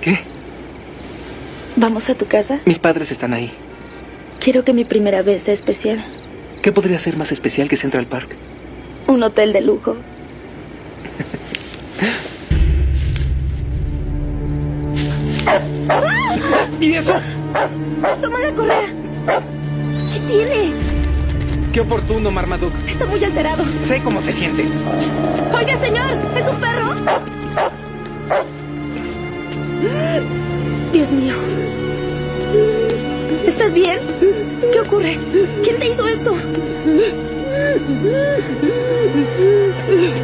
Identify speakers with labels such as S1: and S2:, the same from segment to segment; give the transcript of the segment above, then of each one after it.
S1: ¿Qué?
S2: ¿vamos a tu casa?
S1: Mis padres están ahí.
S2: Quiero que mi primera vez sea especial.
S1: ¿Qué podría ser más especial que Central Park?
S2: Un hotel de lujo.
S1: ¿Y eso?
S2: ¡Toma la correa! ¿Qué tiene?
S1: ¡Qué oportuno, Marmaduke!
S2: Está muy alterado.
S1: Sé cómo se siente.
S2: Oiga, señor, ¿es un perro? Dios mío. ¿Estás bien? ¿Qué ocurre? ¿Quién te hizo esto?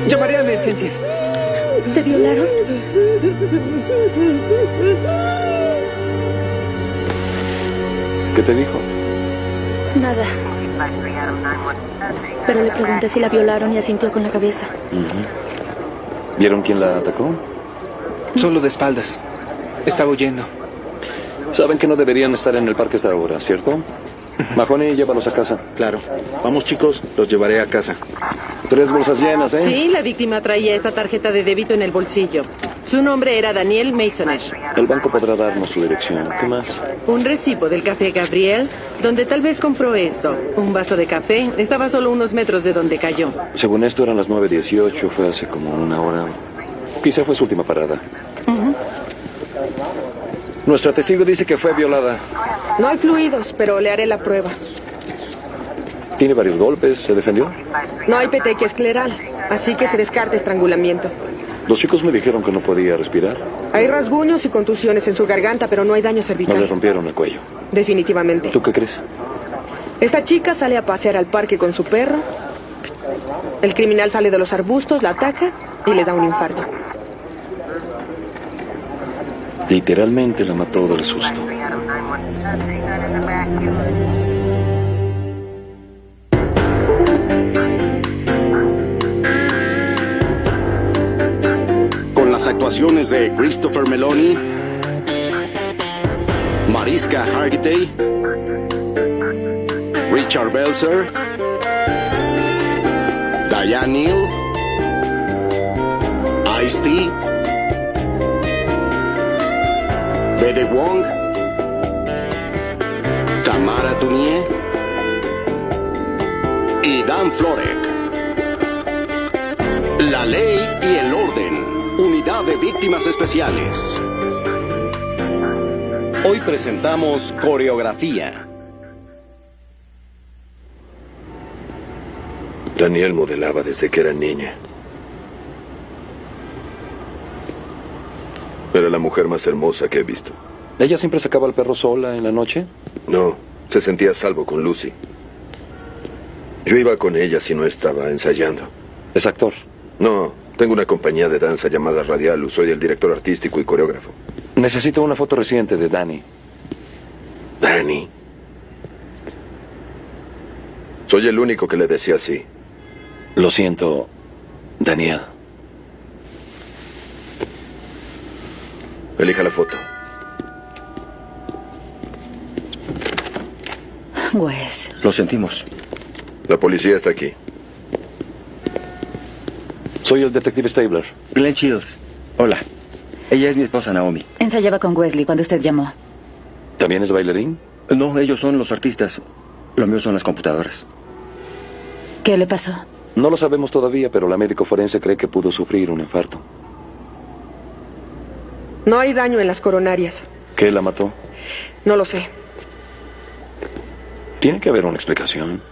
S1: Llamaré a emergencias.
S2: ¿Te violaron?
S3: ¿Qué te dijo?
S2: Nada. Pero le pregunté si la violaron y asintió con la cabeza.
S3: ¿Vieron quién la atacó?
S1: Solo de espaldas. Estaba huyendo.
S3: Saben que no deberían estar en el parque hasta ahora, ¿cierto? Mahoney, llévalos a casa.
S4: Claro. Vamos, chicos, los llevaré a casa.
S3: Tres bolsas llenas, ¿eh?
S5: Sí, la víctima traía esta tarjeta de débito en el bolsillo. Su nombre era Daniel Masoner.
S3: El banco podrá darnos su dirección. ¿Qué más?
S5: Un recibo del café Gabriel, donde tal vez compró esto. Un vaso de café estaba solo unos metros de donde cayó.
S3: Según esto eran las 9.18, fue hace como una hora. Quizá fue su última parada. Nuestra testigo dice que fue violada.
S6: No hay fluidos, pero le haré la prueba.
S3: Tiene varios golpes, se defendió.
S6: No hay petequia escleral, así que se descarta estrangulamiento.
S3: Los chicos me dijeron que no podía respirar.
S6: Hay rasguños y contusiones en su garganta, pero no hay daño
S3: No le
S6: cervical.
S3: rompieron el cuello.
S6: Definitivamente.
S3: ¿Tú qué crees?
S6: Esta chica sale a pasear al parque con su perro. El criminal sale de los arbustos, la ataca y le da un infarto.
S3: Literalmente la mató del susto.
S7: con las actuaciones de Christopher Meloni, Mariska Hargitay, Richard Belzer, Diane Neal, Ice-T, Bede Wong, Tamara Tunie y Dan Florek. La ley y el orden. Unidad de víctimas especiales. Hoy presentamos coreografía.
S8: Daniel modelaba desde que era niña. Era la mujer más hermosa que he visto.
S3: ¿Ella siempre sacaba al perro sola en la noche?
S8: No, se sentía a salvo con Lucy. Yo iba con ella si no estaba ensayando.
S3: Es actor.
S8: No, tengo una compañía de danza llamada Radialus. Soy el director artístico y coreógrafo.
S3: Necesito una foto reciente de Danny.
S8: Danny. Soy el único que le decía así.
S3: Lo siento, Daniel.
S8: Elija la foto.
S9: Wes,
S4: Lo sentimos.
S8: La policía está aquí.
S3: Soy el detective Stabler.
S4: Glenn Shields. Hola. Ella es mi esposa Naomi.
S9: ensayaba con Wesley cuando usted llamó.
S3: ¿También es bailarín?
S4: No, ellos son los artistas. Lo mío son las computadoras.
S9: ¿Qué le pasó?
S3: No lo sabemos todavía, pero la médico forense cree que pudo sufrir un infarto.
S6: No hay daño en las coronarias.
S3: ¿Qué la mató?
S6: No lo sé.
S3: Tiene que haber una explicación.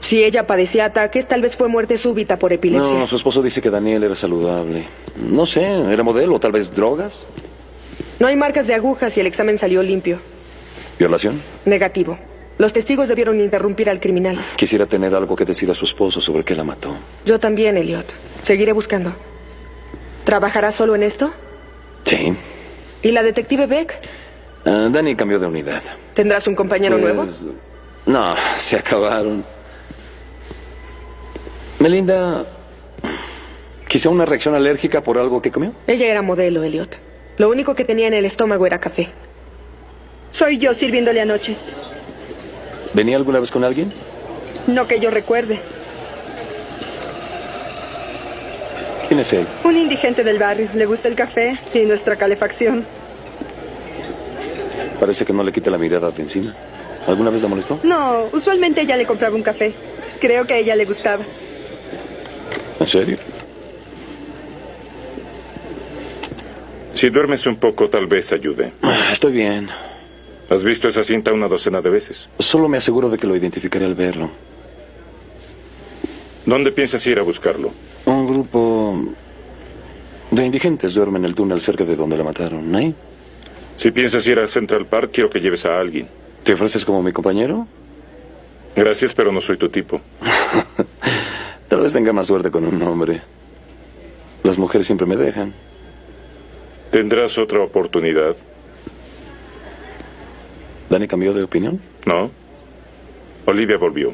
S6: Si ella padecía ataques, tal vez fue muerte súbita por epilepsia.
S3: No, su esposo dice que Daniel era saludable. No sé, era modelo, tal vez drogas.
S6: No hay marcas de agujas y el examen salió limpio.
S3: ¿Violación?
S6: Negativo. Los testigos debieron interrumpir al criminal.
S3: Quisiera tener algo que decir a su esposo sobre qué la mató.
S6: Yo también, Elliot. Seguiré buscando. ¿Trabajarás solo en esto?
S3: Sí.
S6: ¿Y la detective Beck?
S3: Ah, Danny cambió de unidad.
S6: ¿Tendrás un compañero nuevo?
S3: Pues, No, se acabaron. Melinda, quizá una reacción alérgica por algo que comió.
S6: Ella era modelo, Elliot. Lo único que tenía en el estómago era café.
S10: Soy yo sirviéndole anoche.
S3: ¿Venía alguna vez con alguien?
S10: No que yo recuerde.
S3: ¿Quién es él?
S10: Un indigente del barrio. Le gusta el café y nuestra calefacción.
S3: Parece que no le quita la mirada de encima. ¿Alguna vez la molestó?
S10: No, usualmente ella le compraba un café. Creo que a ella le gustaba.
S3: ¿En serio?
S11: Si duermes un poco, tal vez ayude.
S3: Ah, Estoy bien.
S11: Has visto esa cinta una docena de veces.
S3: Solo me aseguro de que lo identificaré al verlo.
S11: ¿Dónde piensas ir a buscarlo?
S3: Un grupo de indigentes duerme en el túnel cerca de donde la mataron. ¿eh? ¿Ahí?
S11: Si piensas ir a Central Park, quiero que lleves a alguien.
S3: ¿Te ofreces como mi compañero?
S11: Gracias, pero no soy tu tipo.
S3: Tal vez tenga más suerte con un hombre. Las mujeres siempre me dejan.
S11: Tendrás otra oportunidad,
S3: ¿Dani cambió de opinión?
S11: ¿no? Olivia volvió.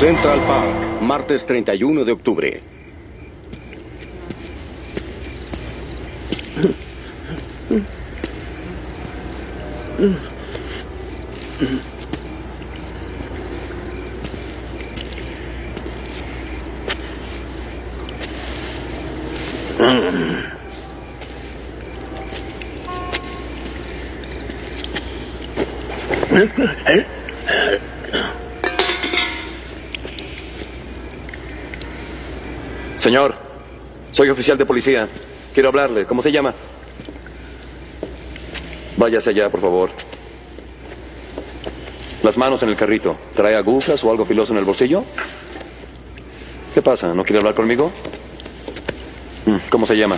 S7: Central Park, martes 31 de octubre.
S3: Señor, soy oficial de policía. Quiero hablarle. ¿Cómo se llama? Váyase allá, por favor. Las manos en el carrito. ¿Trae agujas o algo filoso en el bolsillo? ¿Qué pasa? ¿No quiere hablar conmigo? Mm, ¿Cómo se llama?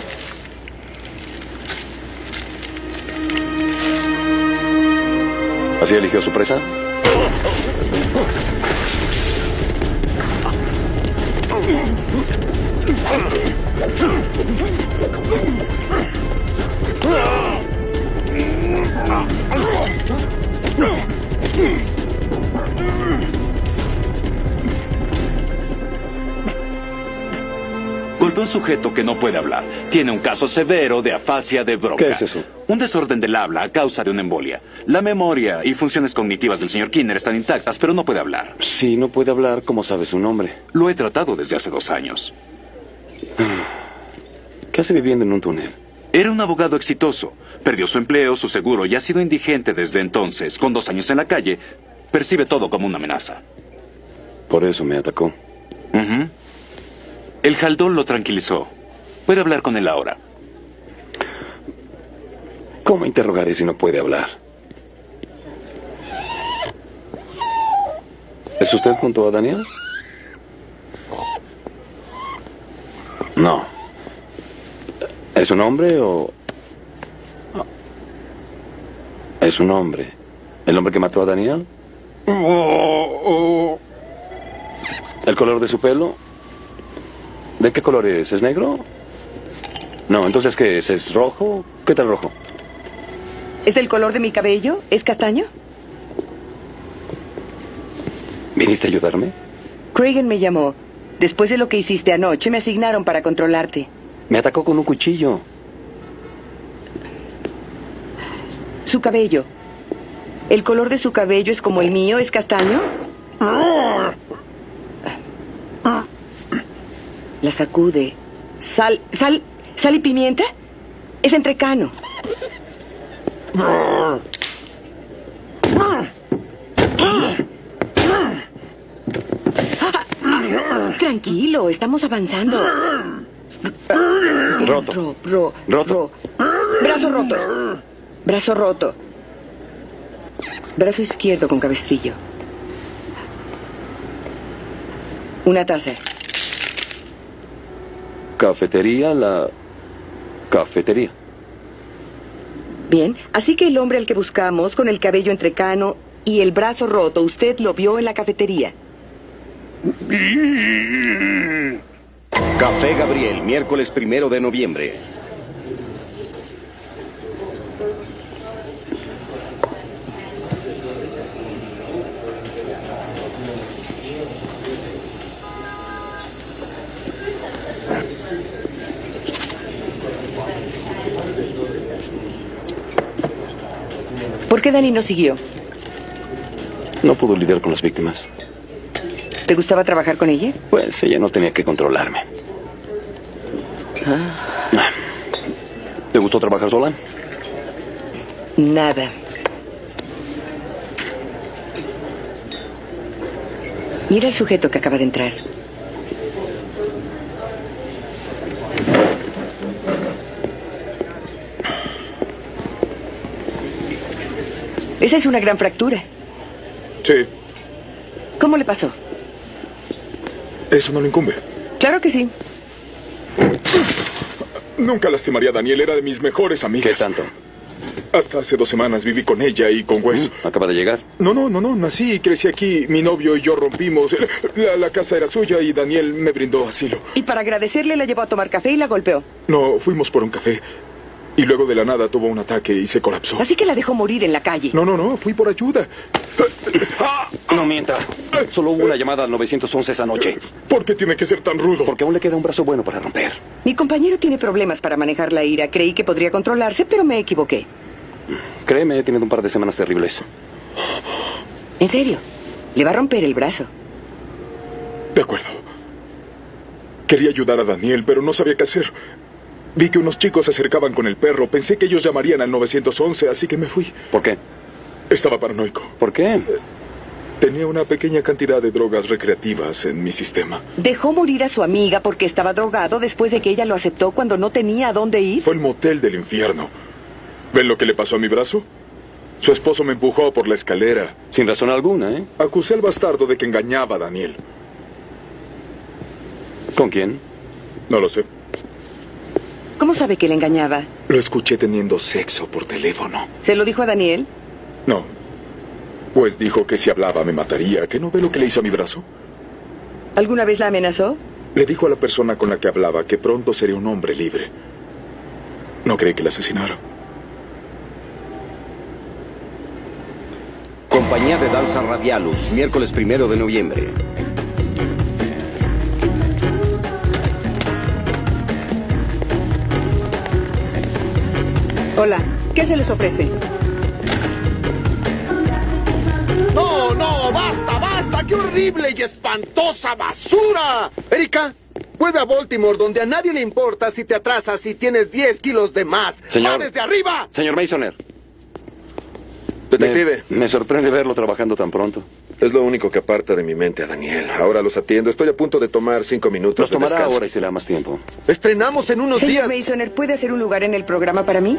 S3: ¿Así eligió su presa?
S12: Golpeó a un sujeto que no puede hablar. Tiene un caso severo de afasia de Broca.
S3: ¿Qué es eso?
S12: Un desorden del habla a causa de una embolia. La memoria y funciones cognitivas del señor Kinner están intactas, pero no puede hablar.
S3: Si no puede hablar, ¿cómo sabe su nombre?
S12: Lo he tratado desde hace dos años.
S3: ¿Qué hace viviendo en un túnel?
S12: Era un abogado exitoso. Perdió su empleo, su seguro y ha sido indigente desde entonces. Con dos años en la calle, percibe todo como una amenaza.
S3: Por eso me atacó.
S12: Ujú. El jaldón lo tranquilizó. Puede hablar con él ahora.
S3: ¿Cómo interrogaré si no puede hablar? ¿Es usted junto a Daniel? No. ¿Es un hombre o...? Ah. Es un hombre. ¿El hombre que mató a Daniel? ¿El color de su pelo? ¿De qué color es? ¿Es negro? No, entonces ¿qué es? ¿Es rojo? ¿Qué tal rojo?
S10: ¿Es el color de mi cabello? ¿Es castaño?
S3: ¿Viniste a ayudarme?
S13: Cragen me llamó. Después de lo que hiciste anoche, me asignaron para controlarte.
S3: Me atacó con un cuchillo.
S13: Su cabello. ¿El color de su cabello es como el mío? ¿Es castaño? La sacude. ¿Sal, sal, sal y pimienta? Es entrecano. Tranquilo, estamos avanzando.
S3: Roto.
S13: Ro, ro,
S3: Roto.
S13: ro. Brazo roto. Brazo roto. Brazo izquierdo con cabestrillo. Una taza.
S3: Cafetería, la... Cafetería.
S13: Bien, así que el hombre al que buscamos, con el cabello entrecano y el brazo roto, usted lo vio en la cafetería.
S7: Café Gabriel, miércoles primero de noviembre.
S13: ¿Por qué Dani no siguió?
S3: No pudo lidiar con las víctimas.
S13: ¿Te gustaba trabajar con ella?
S3: Pues ella no tenía que controlarme.
S13: Ah,
S3: Ah. ¿Te gustó trabajar sola?
S13: nada. Mira el sujeto que acaba de entrar. Esa es una gran fractura.
S14: Sí,
S13: ¿Cómo le pasó?
S14: eso no le incumbe.
S13: Claro que sí.
S14: Nunca lastimaría a Daniel, era de mis mejores amigas. ¿Qué tanto? Hasta hace dos semanas viví con ella y con Wes.
S3: Acaba de llegar.
S14: No, no, no, no, nací y crecí aquí. Mi novio y yo rompimos. La, la casa era suya y Daniel me brindó asilo.
S13: Y para agradecerle la llevó a tomar café y la golpeó.
S14: No, fuimos por un café. Y luego de la nada tuvo un ataque y se colapsó.
S13: Así que la dejó morir en la calle.
S14: No, no, no, fui por ayuda.
S3: No mienta. Solo hubo una llamada al 911 esa noche.
S14: ¿Por qué tiene que ser tan rudo?
S3: Porque aún le queda un brazo bueno para romper.
S13: Mi compañero tiene problemas para manejar la ira. Creí que podría controlarse, pero me equivoqué.
S3: Créeme, he tenido un par de semanas terribles.
S13: En serio, le va a romper el brazo.
S14: De acuerdo. Quería ayudar a Daniel, pero no sabía qué hacer. Vi que unos chicos se acercaban con el perro. Pensé que ellos llamarían al 911, así que me fui.
S3: ¿Por qué?
S14: Estaba paranoico. Eh,
S3: ¿Por qué?
S14: Tenía una pequeña cantidad de drogas recreativas en mi sistema.
S13: Dejó morir a su amiga porque estaba drogado después de que ella lo aceptó cuando no tenía a dónde ir.
S14: Fue el motel del infierno. ¿Ven lo que le pasó a mi brazo? Su esposo me empujó por la escalera.
S3: Sin razón alguna, ¿eh?
S14: Acusé al bastardo de que engañaba a Daniel.
S3: ¿Con quién?
S14: No lo sé.
S13: ¿Cómo sabe que le engañaba?
S14: Lo escuché teniendo sexo por teléfono.
S13: ¿Se lo dijo a Daniel?
S14: No. Pues dijo que si hablaba me mataría. ¿Que no ve lo que le hizo a mi brazo?
S13: ¿Alguna vez la amenazó?
S14: Le dijo a la persona con la que hablaba que pronto sería un hombre libre. No creí que la asesinara.
S7: Compañía de Danza Radialus, miércoles primero de noviembre.
S6: Hola, ¿qué se les ofrece?
S15: No, no, basta, basta. Qué horrible y espantosa basura. Erika, vuelve a Baltimore, donde a nadie le importa si te atrasas y tienes 10 kilos de más.
S3: Señor.
S15: ¡Va desde arriba!
S3: Señor Masoner.
S8: Detective.
S3: Me, sorprende verlo trabajando tan pronto.
S8: Es lo único que aparta de mi mente a Daniel. Ahora los atiendo. Estoy a punto de tomar cinco minutos
S3: Los
S8: de
S3: tomará
S8: descanso.
S3: ahora y se le da más tiempo.
S15: Estrenamos en unos
S13: Señor
S15: días.
S13: Masoner, ¿puede hacer un lugar en el programa para mí?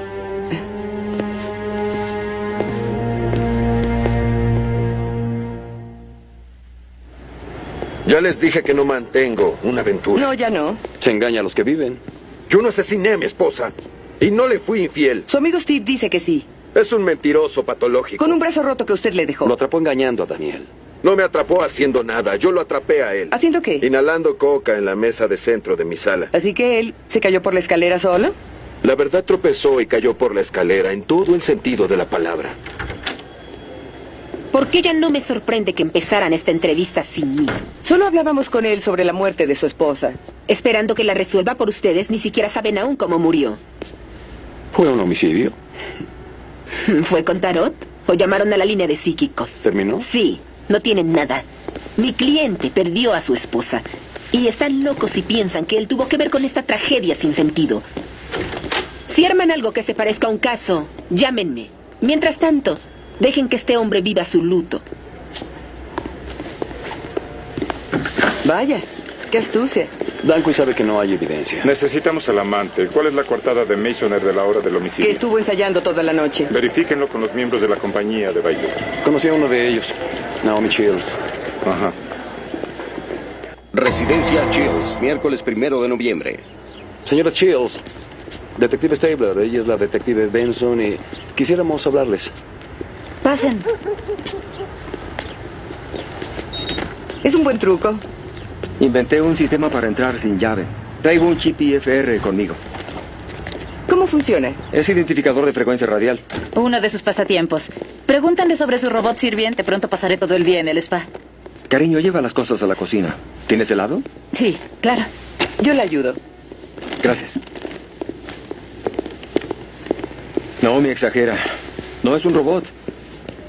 S8: Ya les dije que no mantengo una aventura.
S13: No, ya no.
S3: Se engaña a los que viven.
S8: Yo no asesiné a mi esposa. Y no le fui infiel.
S13: Su amigo Steve dice que sí.
S8: Es un mentiroso patológico.
S13: Con un brazo roto que usted le dejó.
S3: Lo atrapó engañando a Daniel.
S8: No me atrapó haciendo nada. Yo lo atrapé a él.
S13: ¿Haciendo qué?
S8: Inhalando coca en la mesa de centro de mi sala.
S13: Así que él se cayó por la escalera solo.
S8: La verdad tropezó y cayó por la escalera en todo el sentido de la palabra.
S16: ¿Por qué ya no me sorprende que empezaran esta entrevista sin mí?
S13: Solo hablábamos con él sobre la muerte de su esposa.
S16: Esperando que la resuelva por ustedes, ni siquiera saben aún cómo murió.
S3: ¿Fue un homicidio?
S16: ¿Fue con tarot? ¿O llamaron a la línea de psíquicos?
S3: ¿Terminó?
S16: Sí, no tienen nada. Mi cliente perdió a su esposa. Y están locos si piensan que él tuvo que ver con esta tragedia sin sentido. Si arman algo que se parezca a un caso, llámenme. Mientras tanto, dejen que este hombre viva su luto.
S13: Vaya, qué astucia.
S3: Danquist sabe que no hay evidencia.
S14: Necesitamos al amante. ¿Cuál es la coartada de Masoner de la hora del
S13: Que
S14: homicidio?
S13: estuvo ensayando toda la noche.
S14: Verifíquenlo con los miembros de la compañía de baile.
S3: Conocí a uno de ellos, Naomi Shields.
S14: Ajá.
S7: Residencia Chills, miércoles primero de noviembre.
S3: Señora Shields, detective Stabler, ella es la detective Benson y quisiéramos hablarles.
S9: Pasen.
S13: Es un buen truco.
S4: Inventé un sistema para entrar sin llave. Traigo un chip IFR conmigo.
S13: ¿Cómo funciona?
S4: Es identificador de frecuencia radial.
S9: Uno de sus pasatiempos. Pregúntale sobre su robot sirviente. Pronto pasaré todo el día en el spa.
S4: Cariño, lleva las cosas a la cocina. ¿Tienes helado?
S9: Sí, claro.
S13: Yo le ayudo.
S4: Gracias. No, me exagera. No es un robot.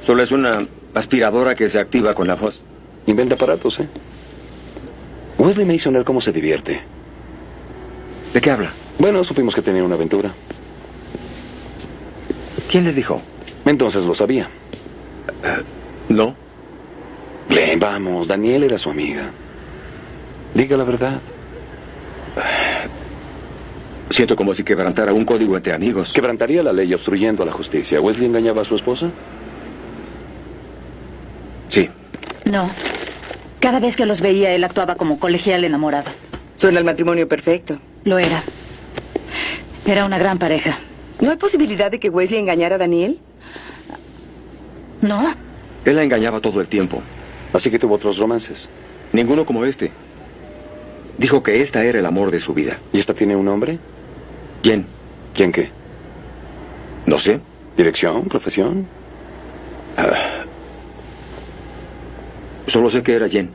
S4: Solo es una aspiradora que se activa con la voz.
S3: Inventa aparatos, ¿eh? Wesley me hizo ver cómo se divierte.
S4: ¿De qué habla?
S3: Bueno, supimos que tenía una aventura.
S4: ¿Quién les dijo? Eh,
S3: Entonces lo sabía.
S4: no.
S3: Glenn, vamos, Daniel era su amiga. Diga la verdad.
S4: Eh, Siento como si quebrantara un código entre amigos.
S3: Quebrantaría la ley obstruyendo a la justicia. ¿Wesley engañaba a su esposa?
S4: Sí.
S9: No. Cada vez que los veía, él actuaba como colegial enamorado.
S13: Suena el matrimonio perfecto.
S9: Lo era. Era una gran pareja.
S13: ¿No hay posibilidad de que Wesley engañara a Daniel?
S9: No.
S4: Él la engañaba todo el tiempo.
S3: Así que tuvo otros romances.
S4: Ninguno como este. Dijo que esta era el amor de su vida.
S3: ¿Y esta tiene un nombre?
S4: ¿Quién?
S3: ¿Quién qué?
S4: No sé.
S3: ¿Dirección? ¿Profesión?
S4: Ah. Solo sé que era Jen.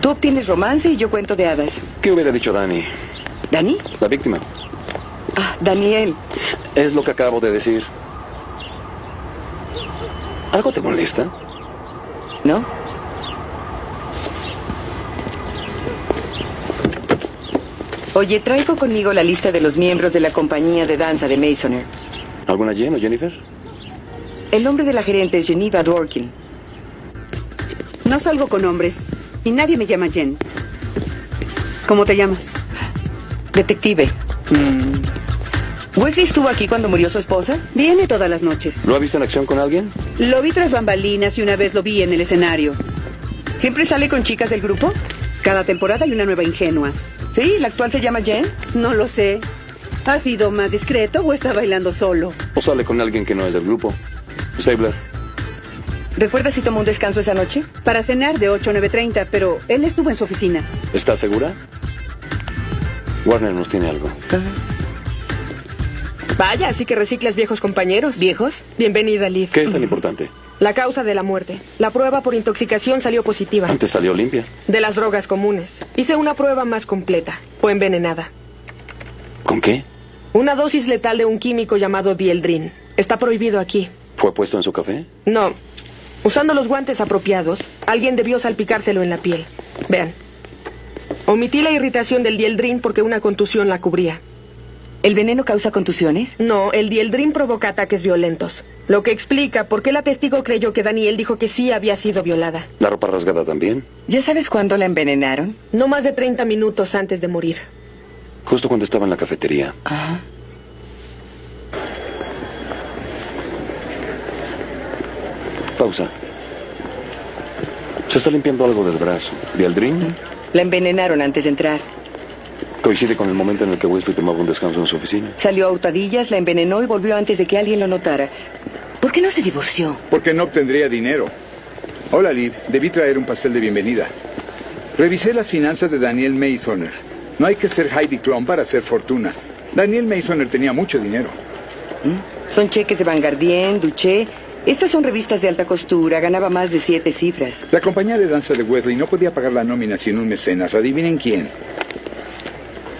S13: Tú obtienes romance y yo cuento de hadas.
S3: ¿Qué hubiera dicho Dani?
S13: ¿Dani?
S3: La víctima.
S13: Ah, Daniel.
S3: Es lo que acabo de decir. ¿Algo te molesta?
S13: ¿No? Oye, traigo conmigo la lista de los miembros de la compañía de danza de Masoner.
S3: ¿Alguna Jen o Jennifer?
S13: El nombre de la gerente es Geneva Dworkin.
S17: No salgo con hombres y nadie me llama Jen. ¿Cómo te llamas?
S13: Detective. Mm. ¿Wesley estuvo aquí cuando murió su esposa?
S17: Viene todas las noches.
S3: ¿Lo ha visto en acción con alguien?
S17: Lo vi tras bambalinas y una vez lo vi en el escenario.
S13: ¿Siempre sale con chicas del grupo?
S17: Cada temporada hay una nueva ingenua.
S13: ¿Sí? ¿La actual se llama Jen?
S17: No lo sé. ¿Ha sido más discreto o está bailando solo?
S3: O sale con alguien que no es del grupo. Stabler.
S13: ¿Recuerdas si tomó un descanso esa noche?
S17: Para cenar de 8 a 9.30, pero él estuvo en su oficina.
S3: ¿Estás segura? Warner nos tiene algo. Uh -huh.
S6: Vaya, así que reciclas viejos compañeros.
S13: ¿Viejos?
S6: Bienvenida, Liv.
S3: ¿Qué es tan importante?
S6: La causa de la muerte. La prueba por intoxicación salió positiva.
S3: Antes salió limpia.
S6: De las drogas comunes. Hice una prueba más completa. Fue envenenada.
S3: ¿Con qué?
S6: Una dosis letal de un químico llamado Dieldrin. Está prohibido aquí.
S3: ¿Fue puesto en su café?
S6: No. Usando los guantes apropiados, alguien debió salpicárselo en la piel. Vean. Omití la irritación del Dieldrin porque una contusión la cubría.
S13: ¿El veneno causa contusiones?
S6: No, el Dieldrin provoca ataques violentos. Lo que explica por qué la testigo creyó que Daniel dijo que sí había sido violada.
S3: ¿La ropa rasgada también?
S13: ¿Ya sabes cuándo la envenenaron?
S6: No más de 30 minutos antes de morir.
S3: Justo cuando estaba en la cafetería.
S13: Ajá.
S3: Pausa. Se está limpiando algo del brazo. ¿De Aldrin?
S13: La envenenaron antes de entrar.
S3: Coincide con el momento en el que Wesley tomaba un descanso en su oficina.
S13: Salió a hurtadillas, la envenenó y volvió antes de que alguien lo notara. ¿Por qué no se divorció?
S18: Porque no obtendría dinero. Hola, Liv. Debí traer un pastel de bienvenida. Revisé las finanzas de Daniel Masoner. No hay que ser Heidi Klum para hacer fortuna. Daniel Masoner tenía mucho dinero.
S13: ¿Mm? Son cheques de Van Gardien, Duché, estas son revistas de alta costura, ganaba más de siete cifras.
S18: La compañía de danza de Wesley no podía pagar la nómina sin un mecenas. Adivinen quién.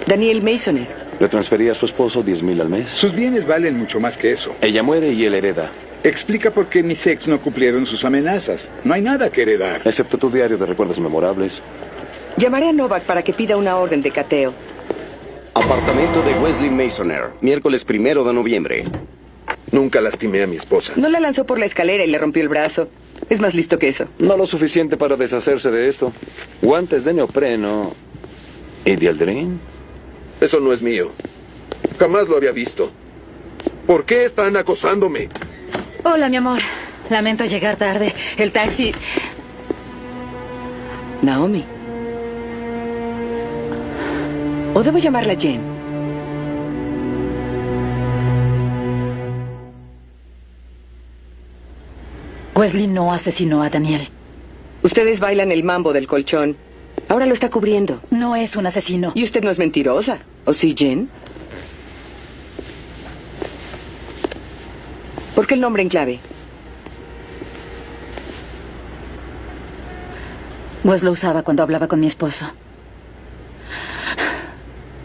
S13: Daniel Masoner.
S3: Le transfería a su esposo 10 mil al mes.
S18: Sus bienes valen mucho más que eso.
S3: Ella muere y él hereda.
S18: Explica por qué mis ex no cumplieron sus amenazas. No hay nada que heredar.
S3: Excepto tu diario de recuerdos memorables.
S13: Llamaré a Novak para que pida una orden de cateo.
S7: Apartamento de Wesley Masoner, miércoles primero de noviembre.
S8: Nunca lastimé a mi esposa.
S13: No la lanzó por la escalera y le rompió el brazo. Es más listo que eso.
S3: No lo suficiente para deshacerse de esto. Guantes de neopreno. ¿Y de aldrin?
S8: Eso no es mío. Jamás lo había visto. ¿Por qué están acosándome?
S9: Hola, mi amor. Lamento llegar tarde. El taxi.
S13: Naomi. ¿O debo llamarla Jen?
S9: Wesley no asesinó a Daniel.
S13: Ustedes bailan el mambo del colchón. Ahora lo está cubriendo.
S9: No es un asesino.
S13: Y usted no es mentirosa. ¿O sí, Jen? ¿Por qué el nombre en clave?
S9: Wes Pues lo usaba cuando hablaba con mi esposo.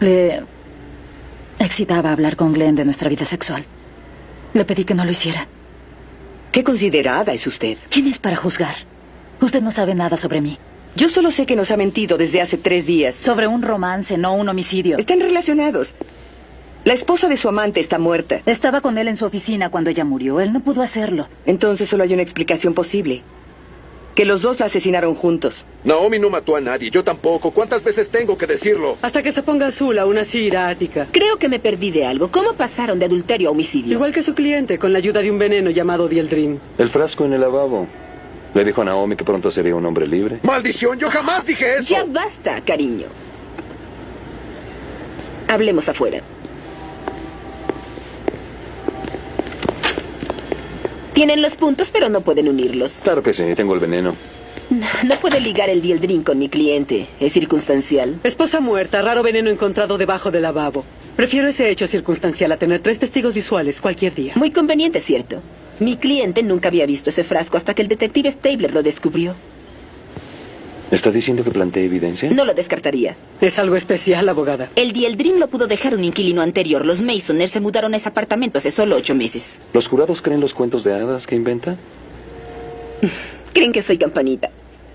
S9: Le excitaba hablar con Glenn de nuestra vida sexual. Le pedí que no lo hiciera.
S13: ¿Qué considerada es usted?
S9: ¿Quién es para juzgar? Usted no sabe nada sobre mí.
S13: Yo solo sé que nos ha mentido desde hace tres días.
S9: Sobre un romance, no un homicidio.
S13: Están relacionados. La esposa de su amante está muerta.
S9: Estaba con él en su oficina cuando ella murió. Él no pudo hacerlo.
S13: Entonces solo hay una explicación posible. Que los dos la asesinaron juntos.
S15: Naomi no mató a nadie, yo tampoco. ¿Cuántas veces tengo que decirlo?
S5: Hasta que se ponga azul a una silla ática.
S16: Creo que me perdí de algo. ¿Cómo pasaron de adulterio a homicidio?
S5: Igual que su cliente, con la ayuda de un veneno llamado Dieldrin.
S3: El frasco en el lavabo. Le dijo a Naomi que pronto sería un hombre libre.
S15: ¡Maldición! ¡Yo jamás dije eso!
S16: Ya basta, cariño. Hablemos afuera. Tienen los puntos, pero no pueden unirlos.
S3: Claro que sí, tengo el veneno.
S16: No puede ligar el Dieldrin con mi cliente. Es circunstancial.
S5: Esposa muerta, raro veneno encontrado debajo del lavabo. Prefiero ese hecho circunstancial a tener tres testigos visuales cualquier día.
S16: Muy conveniente, cierto. Mi cliente nunca había visto ese frasco hasta que el detective Stabler lo descubrió.
S3: ¿Está diciendo que planteé evidencia?
S16: No lo descartaría.
S5: Es algo especial, abogada.
S16: El Dieldrin lo pudo dejar un inquilino anterior. Los Masoner se mudaron a ese apartamento hace solo ocho meses.
S3: ¿Los jurados creen los cuentos de hadas que inventa?
S16: Creen que soy campanita.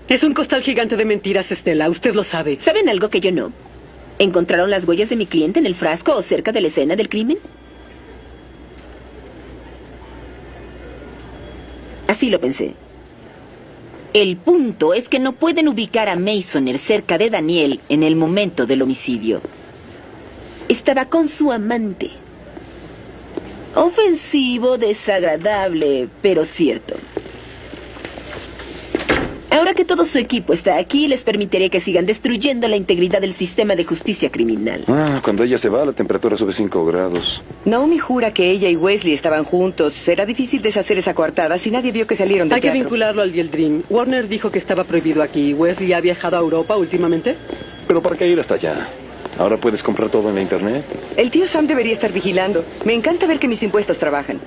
S5: Es un costal gigante de mentiras, Estela. Usted lo sabe.
S16: ¿Saben algo que yo no? ¿Encontraron las huellas de mi cliente en el frasco o cerca de la escena del crimen? Así lo pensé. El punto es que no pueden ubicar a Masoner cerca de Daniel en el momento del homicidio. Estaba con su amante. Ofensivo, desagradable, pero cierto. Ahora que todo su equipo está aquí, les permitiré que sigan destruyendo la integridad del sistema de justicia criminal.
S3: Ah, cuando ella se va, la temperatura sube 5 grados.
S13: Naomi jura que ella y Wesley estaban juntos. Será difícil deshacer esa coartada si nadie vio que salieron de
S5: Hay
S13: teatro.
S5: que vincularlo al Dieldrin. Warner dijo que estaba prohibido aquí. ¿Wesley ha viajado a Europa últimamente?
S3: ¿Pero para qué ir hasta allá? Ahora puedes comprar todo en la internet.
S13: El tío Sam debería estar vigilando. Me encanta ver que mis impuestos trabajan.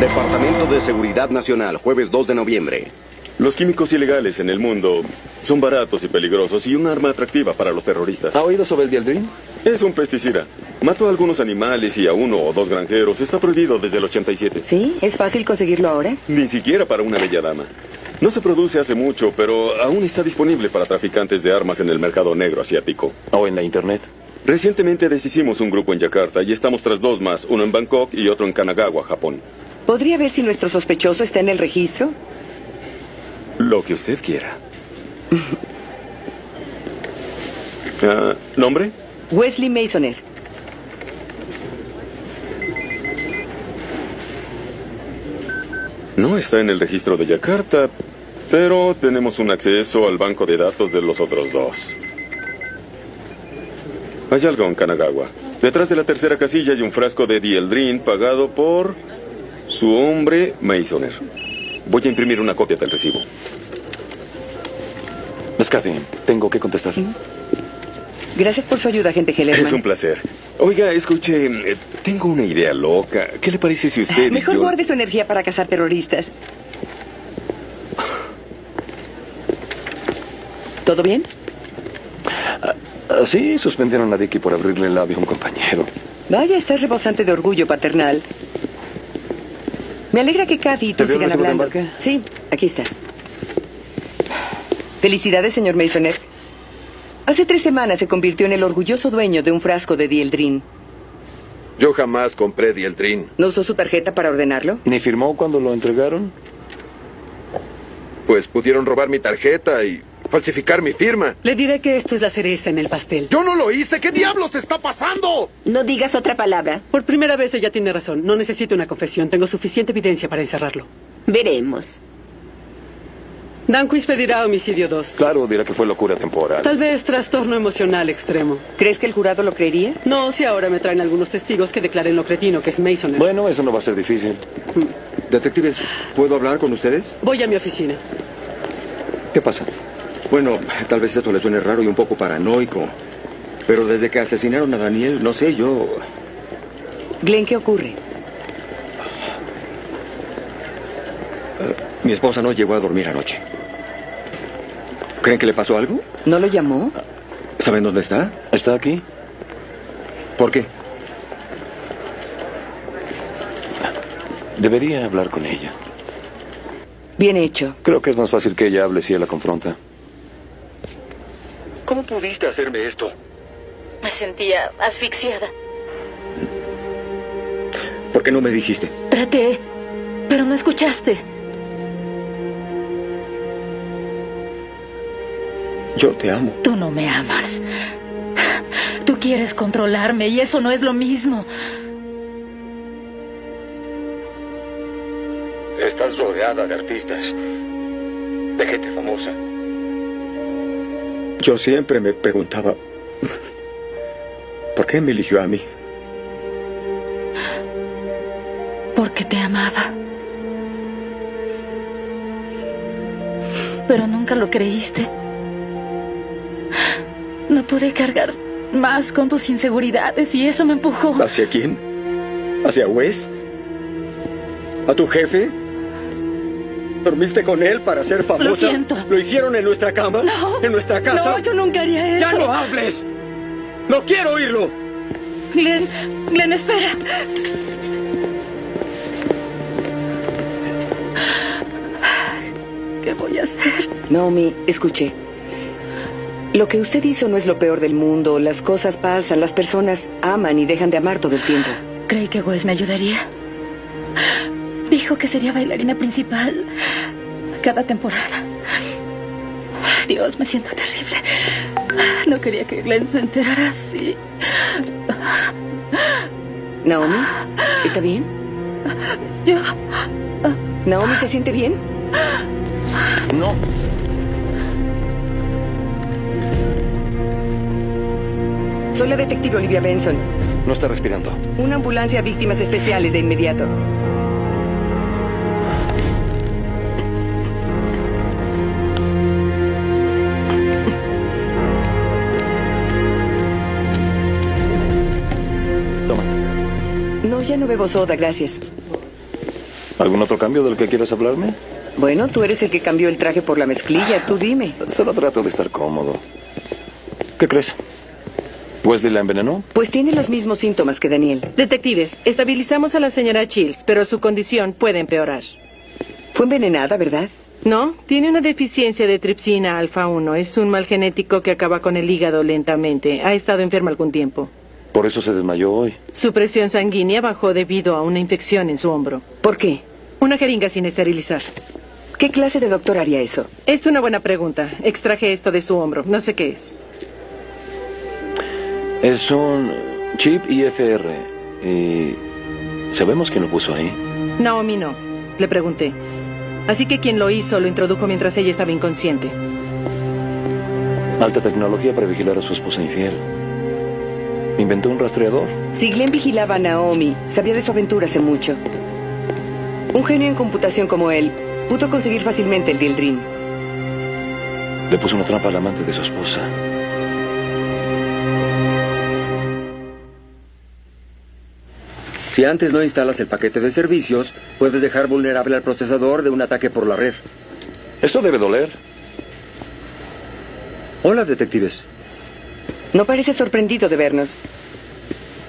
S7: Departamento de Seguridad Nacional, jueves 2 de noviembre.
S19: Los químicos ilegales en el mundo son baratos y peligrosos y un arma atractiva para los terroristas.
S3: ¿Ha oído sobre el Dieldrin?
S19: Es un pesticida. Mató a algunos animales y a uno o dos granjeros. Está prohibido desde el 87.
S13: ¿Sí? ¿Es fácil conseguirlo ahora?
S19: Ni siquiera para una bella dama. No se produce hace mucho, pero aún está disponible para traficantes de armas en el mercado negro asiático.
S3: ¿O en la internet?
S19: Recientemente deshicimos un grupo en Yakarta y estamos tras dos más, uno en Bangkok y otro en Kanagawa, Japón.
S13: ¿Podría ver si nuestro sospechoso está en el registro?
S19: Lo que usted quiera. Ah, ¿Nombre?
S13: Wesley Masoner.
S19: No está en el registro de Yakarta, pero tenemos un acceso al banco de datos de los otros dos. Hay algo en Kanagawa. Detrás de la tercera casilla hay un frasco de Dieldrin pagado por su hombre Masoner. Voy a imprimir una copia del recibo.
S3: Escape, tengo que contestar.
S13: Gracias por su ayuda, agente Hellerman.
S19: Es un placer. Oiga, escuche, eh, tengo una idea loca. ¿Qué le parece si usted y
S13: Mejor
S19: yo-
S13: guarde su energía para cazar terroristas. ¿Todo bien?
S3: Ah, Sí, suspendieron a Dicky por abrirle el labio a un compañero.
S13: Vaya, estás rebosante de orgullo paternal. Me alegra que Kathy y tú
S3: ¿Te dio el
S13: sigan
S3: recibo de
S13: hablando.
S3: embarque?
S13: Sí, aquí está. Felicidades, señor Masoner. Hace tres semanas se convirtió en el orgulloso dueño de un frasco de Dieldrin.
S8: Yo jamás compré Dieldrin.
S13: ¿No usó su tarjeta para ordenarlo?
S3: ¿Ni firmó cuando lo entregaron?
S8: Pues pudieron robar mi tarjeta y falsificar mi firma.
S5: Le diré que esto es la cereza en el pastel.
S15: Yo no lo hice. ¿Qué diablos está pasando?
S16: No digas otra palabra.
S5: Por primera vez ella tiene razón. No necesito una confesión. Tengo suficiente evidencia para encerrarlo.
S16: Veremos.
S5: Danquist pedirá homicidio 2.
S3: Claro, dirá que fue locura temporal.
S5: Tal vez trastorno emocional extremo.
S13: ¿Crees que el jurado lo creería?
S5: No, si ahora me traen algunos testigos que declaren lo cretino que es Mason.
S3: Bueno, eso no va a ser difícil.
S4: Detectives, ¿puedo hablar con ustedes?
S5: Voy a mi oficina.
S3: ¿Qué pasa?
S4: Bueno, tal vez esto le suene raro y un poco paranoico. Pero desde que asesinaron a Daniel, no sé, yo...
S13: Glenn, ¿qué ocurre?
S4: Mi esposa no llegó a dormir anoche. ¿Creen que le pasó algo?
S13: ¿No lo llamó?
S4: ¿Saben dónde está?
S3: ¿Está aquí?
S4: ¿Por qué?
S3: Debería hablar con ella.
S13: Bien hecho.
S3: Creo que es más fácil que ella hable si él la confronta.
S4: ¿Cómo pudiste hacerme esto?
S9: Me sentía asfixiada.
S4: ¿Por qué no me dijiste?
S9: Traté, pero no escuchaste.
S4: Yo te amo.
S9: Tú no me amas. Tú quieres controlarme y eso no es lo mismo.
S4: Estás rodeada de artistas, de gente famosa. Yo siempre me preguntaba, ¿por qué me eligió a mí?
S9: Porque te amaba. Pero nunca lo creíste. No pude cargar más con tus inseguridades y eso me empujó.
S4: ¿Hacia quién? ¿Hacia Wes? ¿A tu jefe? ¿Dormiste con él para ser famosa?
S9: Lo siento.
S4: ¿Lo hicieron en nuestra cama?
S9: No.
S4: ¿En nuestra casa?
S9: No, yo nunca haría eso.
S4: ¡Ya no hables! ¡No quiero oírlo!
S9: Glenn, Glenn, espera. ¿Qué voy a hacer?
S13: Naomi, escuché. Lo que usted hizo no es lo peor del mundo. Las cosas pasan, las personas aman y dejan de amar todo el tiempo.
S9: Creí que Wes me ayudaría. Dijo que sería bailarina principal cada temporada. Dios, me siento terrible. No quería que Glenn se enterara así.
S13: Naomi, ¿está bien?
S9: Yo.
S13: ¿Naomi se siente bien?
S3: No.
S13: Soy la detective Olivia Benson.
S3: No está respirando.
S13: Una ambulancia a víctimas especiales de inmediato.
S3: Toma.
S13: No, ya no bebo soda, gracias.
S3: ¿Algún otro cambio del que quieras hablarme?
S13: Bueno, tú eres el que cambió el traje por la mezclilla, tú dime.
S3: Solo trato de estar cómodo. ¿Qué crees? ¿Wesley la envenenó?
S13: Pues tiene los mismos síntomas que Daniel.
S5: Detectives, estabilizamos a la señora Chills, pero su condición puede empeorar.
S13: Fue envenenada, ¿verdad?
S5: No, tiene una deficiencia de tripsina alfa 1. Es un mal genético que acaba con el hígado lentamente. Ha estado enferma algún tiempo.
S3: Por eso se desmayó hoy.
S5: Su presión sanguínea bajó debido a una infección en su hombro.
S13: ¿Por qué?
S5: Una jeringa sin esterilizar.
S13: ¿Qué clase de doctor haría eso?
S5: Es una buena pregunta. Extraje esto de su hombro. No sé qué es.
S3: Es un chip IFR. Y sabemos quién lo puso ahí.
S5: Naomi no. Le pregunté. Así que quien lo hizo lo introdujo mientras ella estaba inconsciente.
S3: Alta tecnología para vigilar a su esposa infiel. Inventó un rastreador.
S13: Si Glenn vigilaba a Naomi, sabía de su aventura hace mucho. Un genio en computación como él pudo conseguir fácilmente el Deal Dream.
S3: Le puso una trampa al amante de su esposa.
S4: Si antes no instalas el paquete de servicios, puedes dejar vulnerable al procesador de un ataque por la red.
S3: Eso debe doler.
S4: Hola, detectives.
S13: No parece sorprendido de vernos.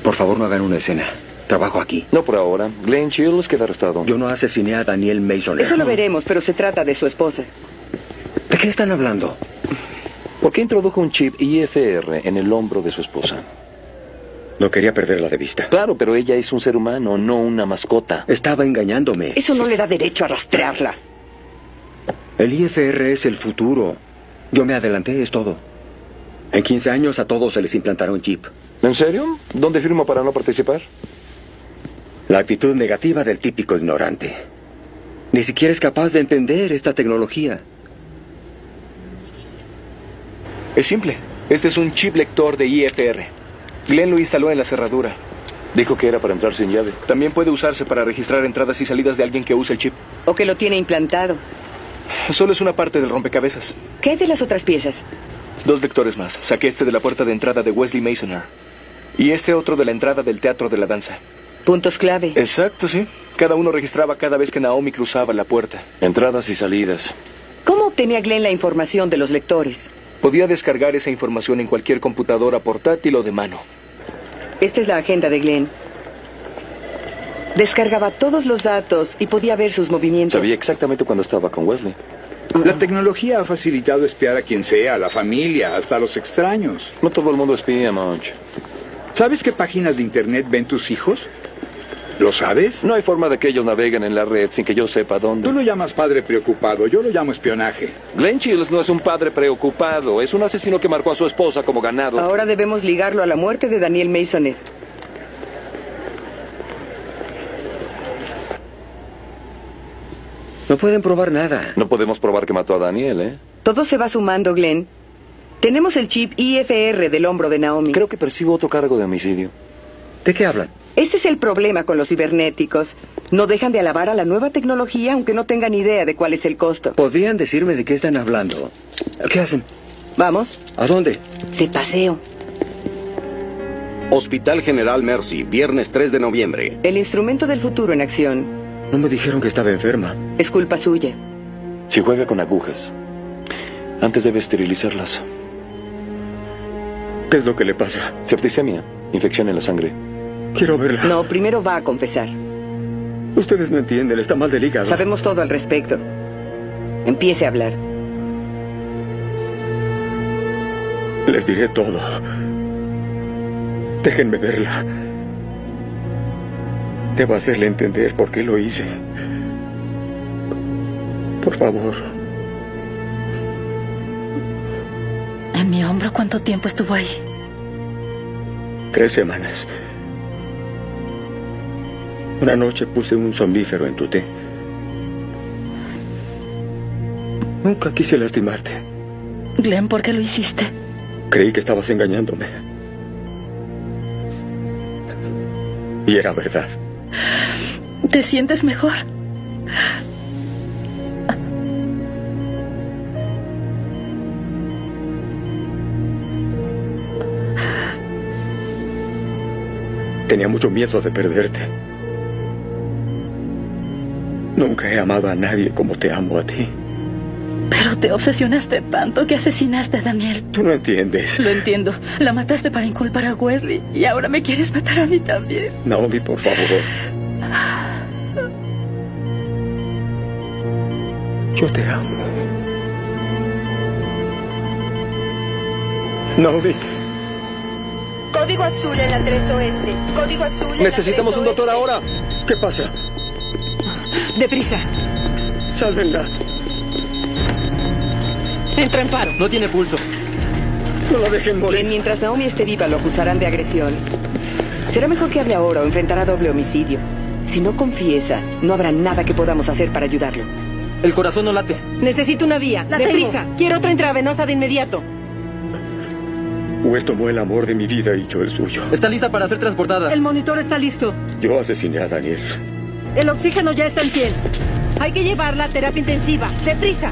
S4: Por favor, no hagan una escena. Trabajo aquí.
S3: No por ahora. Glenn Chills queda arrestado.
S4: Yo no asesiné a Daniel Mason.
S13: Eso lo veremos, pero se trata de su esposa.
S4: ¿De qué están hablando?
S3: ¿Por qué introdujo un chip IFR en el hombro de su esposa?
S4: No quería perderla de vista.
S3: Claro, pero ella es un ser humano, no una mascota.
S4: Estaba engañándome.
S13: Eso no le da derecho a rastrearla.
S4: El IFR es el futuro. Yo me adelanté, es todo. En 15 años a todos se les implantará un chip.
S3: ¿En serio? ¿Dónde firmo para no participar?
S4: La actitud negativa del típico ignorante. Ni siquiera es capaz de entender esta tecnología.
S1: Es simple. Este es un chip lector de IFR. Glenn lo instaló en la cerradura.
S3: Dijo que era para entrar sin llave.
S1: También puede usarse para registrar entradas y salidas de alguien que usa el chip.
S13: O que lo tiene implantado.
S1: Solo es una parte del rompecabezas.
S13: ¿Qué hay de las otras piezas?
S1: Dos vectores más. Saqué este de la puerta de entrada de Wesley Masoner. Y este otro de la entrada del Teatro de la Danza.
S13: Puntos clave.
S1: Exacto, sí. Cada uno registraba cada vez que Naomi cruzaba la puerta.
S3: Entradas y salidas.
S13: ¿Cómo obtenía Glenn la información de los lectores?
S1: Podía descargar esa información en cualquier computadora portátil o de mano.
S13: Esta es la agenda de Glenn. Descargaba todos los datos y podía ver sus movimientos.
S3: Sabía exactamente cuando estaba con Wesley.
S18: La tecnología ha facilitado espiar a quien sea, a la familia, hasta a los extraños.
S3: No todo el mundo espía, Monch.
S18: ¿Sabes qué páginas de Internet ven tus hijos? ¿Lo sabes?
S3: No hay forma de que ellos naveguen en la red sin que yo sepa dónde.
S18: Tú lo llamas padre preocupado, yo lo llamo espionaje.
S3: Glenn Chills no es un padre preocupado, es un asesino que marcó a su esposa como ganado.
S13: Ahora debemos ligarlo a la muerte de Daniel Masonet.
S20: No pueden probar nada.
S3: No podemos probar que mató a Daniel, ¿eh?
S13: Todo se va sumando, Glenn. Tenemos el chip IFR del hombro de Naomi.
S3: Creo que percibo otro cargo de homicidio.
S20: ¿De qué hablan?
S13: Ese es el problema con los cibernéticos. No dejan de alabar a la nueva tecnología aunque no tengan idea de cuál es el costo.
S20: ¿Podrían decirme de qué están hablando? ¿Qué hacen?
S13: ¿Vamos?
S20: ¿A dónde?
S13: De paseo.
S7: Hospital General Mercy, viernes 3 de noviembre.
S13: El instrumento del futuro en acción.
S20: No me dijeron que estaba enferma.
S13: Es culpa suya.
S3: Si juega con agujas, antes debe esterilizarlas.
S20: ¿Qué es lo que le pasa?
S3: Septicemia, infección en la sangre.
S20: Quiero verla.
S13: No, primero va a confesar.
S20: Ustedes no entienden, está mal del hígado.
S13: Sabemos todo al respecto. Empiece a hablar.
S20: Les diré todo. Déjenme verla. Debo hacerle entender por qué lo hice. Por favor.
S9: ¿En mi hombro cuánto tiempo estuvo ahí?
S20: Tres semanas. Una noche puse un somnífero en tu té. Nunca quise lastimarte.
S9: Glenn, ¿por qué lo hiciste?
S20: Creí que estabas engañándome. Y era verdad.
S9: ¿Te sientes mejor?
S20: Tenía mucho miedo de perderte. Nunca he amado a nadie como te amo a ti.
S9: Pero te obsesionaste tanto que asesinaste a Daniel.
S20: Tú no entiendes.
S9: Lo entiendo. La mataste para inculpar a Wesley y ahora me quieres matar a mí también.
S20: Naomi, por favor. Yo te amo. Naomi.
S4: Código azul en la 3 oeste. Código azul. En la 3
S3: Necesitamos un doctor ahora.
S20: ¿Qué pasa?
S21: Deprisa.
S20: Sálvenla.
S21: Entra en paro.
S1: No tiene pulso.
S20: No la dejen morir.
S13: Glenn, mientras Naomi esté viva, lo acusarán de agresión. Será mejor que hable ahora o enfrentará doble homicidio. Si no confiesa, no habrá nada que podamos hacer para ayudarlo.
S1: El corazón no late.
S5: Necesito una vía.
S9: La
S5: Deprisa. Quiero otra intravenosa de inmediato.
S20: Wes tomó el amor de mi vida y yo el suyo.
S1: Está lista para ser transportada.
S5: El monitor está listo.
S20: Yo asesiné a Daniel.
S5: El oxígeno ya está en piel. Hay que llevarla a terapia intensiva. Deprisa.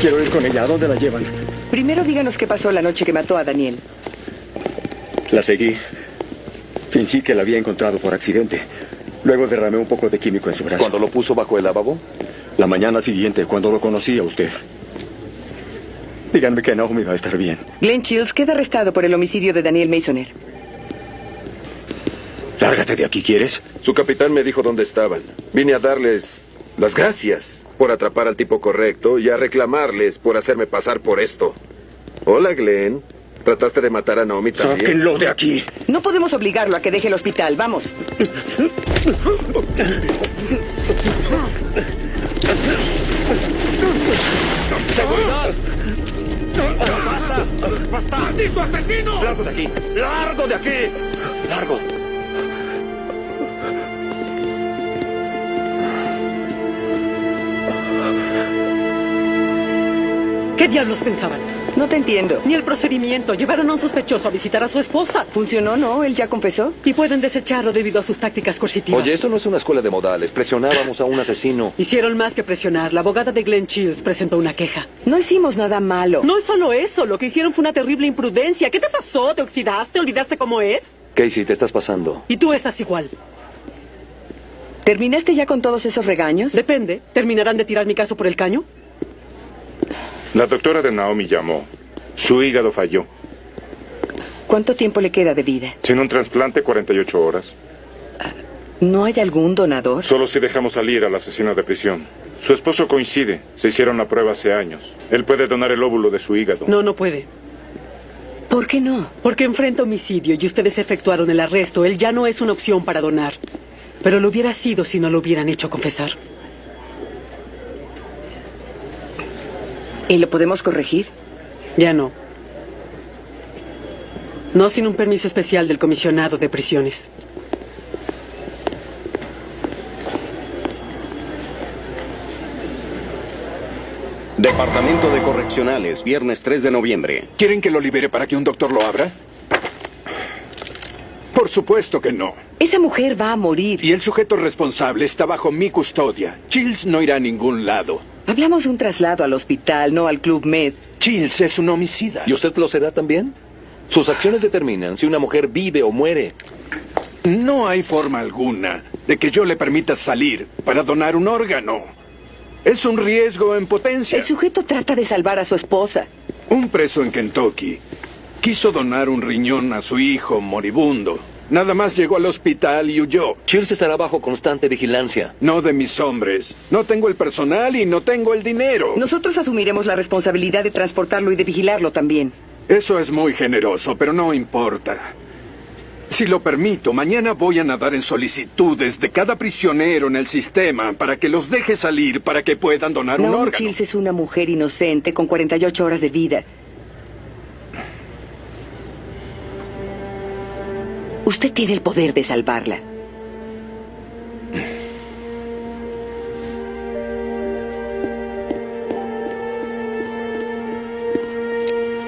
S20: Quiero ir con ella. ¿A dónde la llevan?
S13: Primero díganos qué pasó la noche que mató a Daniel.
S20: La seguí. Fingí que la había encontrado por accidente. Luego derramé un poco de químico en su brazo.
S3: Cuando lo puso bajo el lavabo,
S20: La mañana siguiente, cuando lo conocí a usted. Díganme que Naomi va a estar bien.
S13: Glenn Chills queda arrestado por el homicidio de Daniel Masoner.
S20: Lárgate de aquí, ¿quieres?
S8: Su capitán me dijo dónde estaban. Vine a darles las gracias por atrapar al tipo correcto y a reclamarles por hacerme pasar por esto. Hola, Glenn. Trataste de matar a Naomi también.
S20: Sáquenlo de aquí.
S13: No podemos obligarlo a que deje el hospital. Vamos.
S3: ¡Seguridad!
S2: ¡Basta! ¡Basta! ¡Maldito asesino!
S3: ¡Largo de aquí! ¡Largo de aquí! ¡Largo!
S5: ¿Qué diablos pensaban?
S13: No te entiendo.
S22: Ni el procedimiento. Llevaron a un sospechoso a visitar a su esposa.
S13: ¿Funcionó, no? ¿Él ya confesó?
S22: Y pueden desecharlo debido a sus tácticas coercitivas.
S3: Oye, esto no es una escuela de modales. Presionábamos a un asesino.
S22: Hicieron más que presionar. La abogada de Glenn Shields presentó una queja.
S13: No hicimos nada malo.
S22: No es solo eso. Lo que hicieron fue una terrible imprudencia. ¿Qué te pasó? ¿Te oxidaste? ¿Olvidaste cómo es?
S3: Casey, te estás pasando.
S22: Y tú estás igual.
S13: ¿Terminaste ya con todos esos regaños?
S22: Depende. ¿Terminarán de tirar mi caso por el caño?
S11: La doctora de Naomi llamó. Su hígado falló.
S13: ¿Cuánto tiempo le queda de vida?
S11: Sin un trasplante, 48 horas.
S13: ¿No hay algún donador?
S11: Solo si dejamos salir al asesino de prisión. Su esposo coincide. Se hicieron la prueba hace años. Él puede donar el óvulo de su hígado.
S22: No, no puede.
S13: ¿Por qué no?
S22: Porque enfrenta homicidio y ustedes efectuaron el arresto. Él ya no es una opción para donar. Pero lo hubiera sido si no lo hubieran hecho confesar.
S13: ¿Y lo podemos corregir?
S22: Ya no. No sin un permiso especial del comisionado de prisiones.
S7: Departamento de Correccionales, viernes 3 de noviembre.
S23: ¿Quieren que lo libere para que un doctor lo abra? Por supuesto que no.
S13: Esa mujer va a morir.
S23: Y el sujeto responsable está bajo mi custodia. Chills no irá a ningún lado.
S13: Hablamos de un traslado al hospital, no al Club Med.
S23: Chills es un homicida.
S3: ¿Y usted lo será también? Sus acciones determinan si una mujer vive o muere.
S23: No hay forma alguna de que yo le permita salir para donar un órgano. Es un riesgo en potencia.
S13: El sujeto trata de salvar a su esposa.
S23: Un preso en Kentucky quiso donar un riñón a su hijo moribundo. Nada más llegó al hospital y huyó.
S3: Chills estará bajo constante vigilancia.
S23: No de mis hombres. No tengo el personal y no tengo el dinero.
S13: Nosotros asumiremos la responsabilidad de transportarlo y de vigilarlo también.
S23: Eso es muy generoso, pero no importa. Si lo permito, mañana voy a nadar en solicitudes de cada prisionero en el sistema para que los deje salir para que puedan donar
S13: Naomi
S23: un órgano.
S13: Chills es una mujer inocente con 48 horas de vida. Usted tiene el poder de salvarla.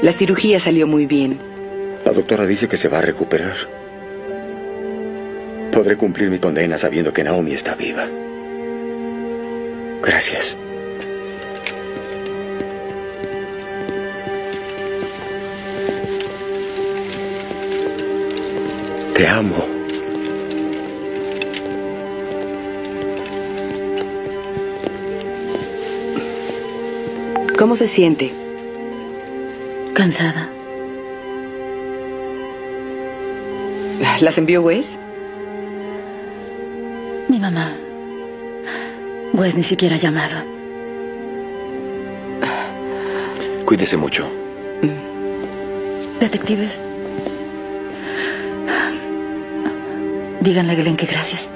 S13: La cirugía salió muy bien.
S4: La doctora dice que se va a recuperar. Podré cumplir mi condena sabiendo que Naomi está viva. Gracias. Te amo.
S13: ¿Cómo se siente?
S9: Cansada.
S13: ¿Las envió Wes?
S9: Mi mamá. Wes ni siquiera ha llamado.
S3: Cuídese mucho.
S9: Detectives. Díganle a Glenn que gracias.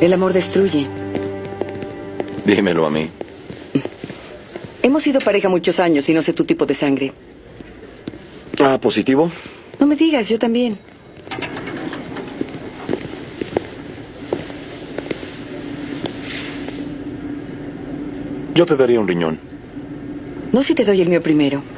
S13: El amor destruye.
S3: Dímelo a mí.
S13: Hemos sido pareja muchos años y no sé tu tipo de sangre.
S3: Ah, positivo.
S13: No me digas, yo también.
S3: Yo te daría un riñón.
S13: No si te doy el mío primero.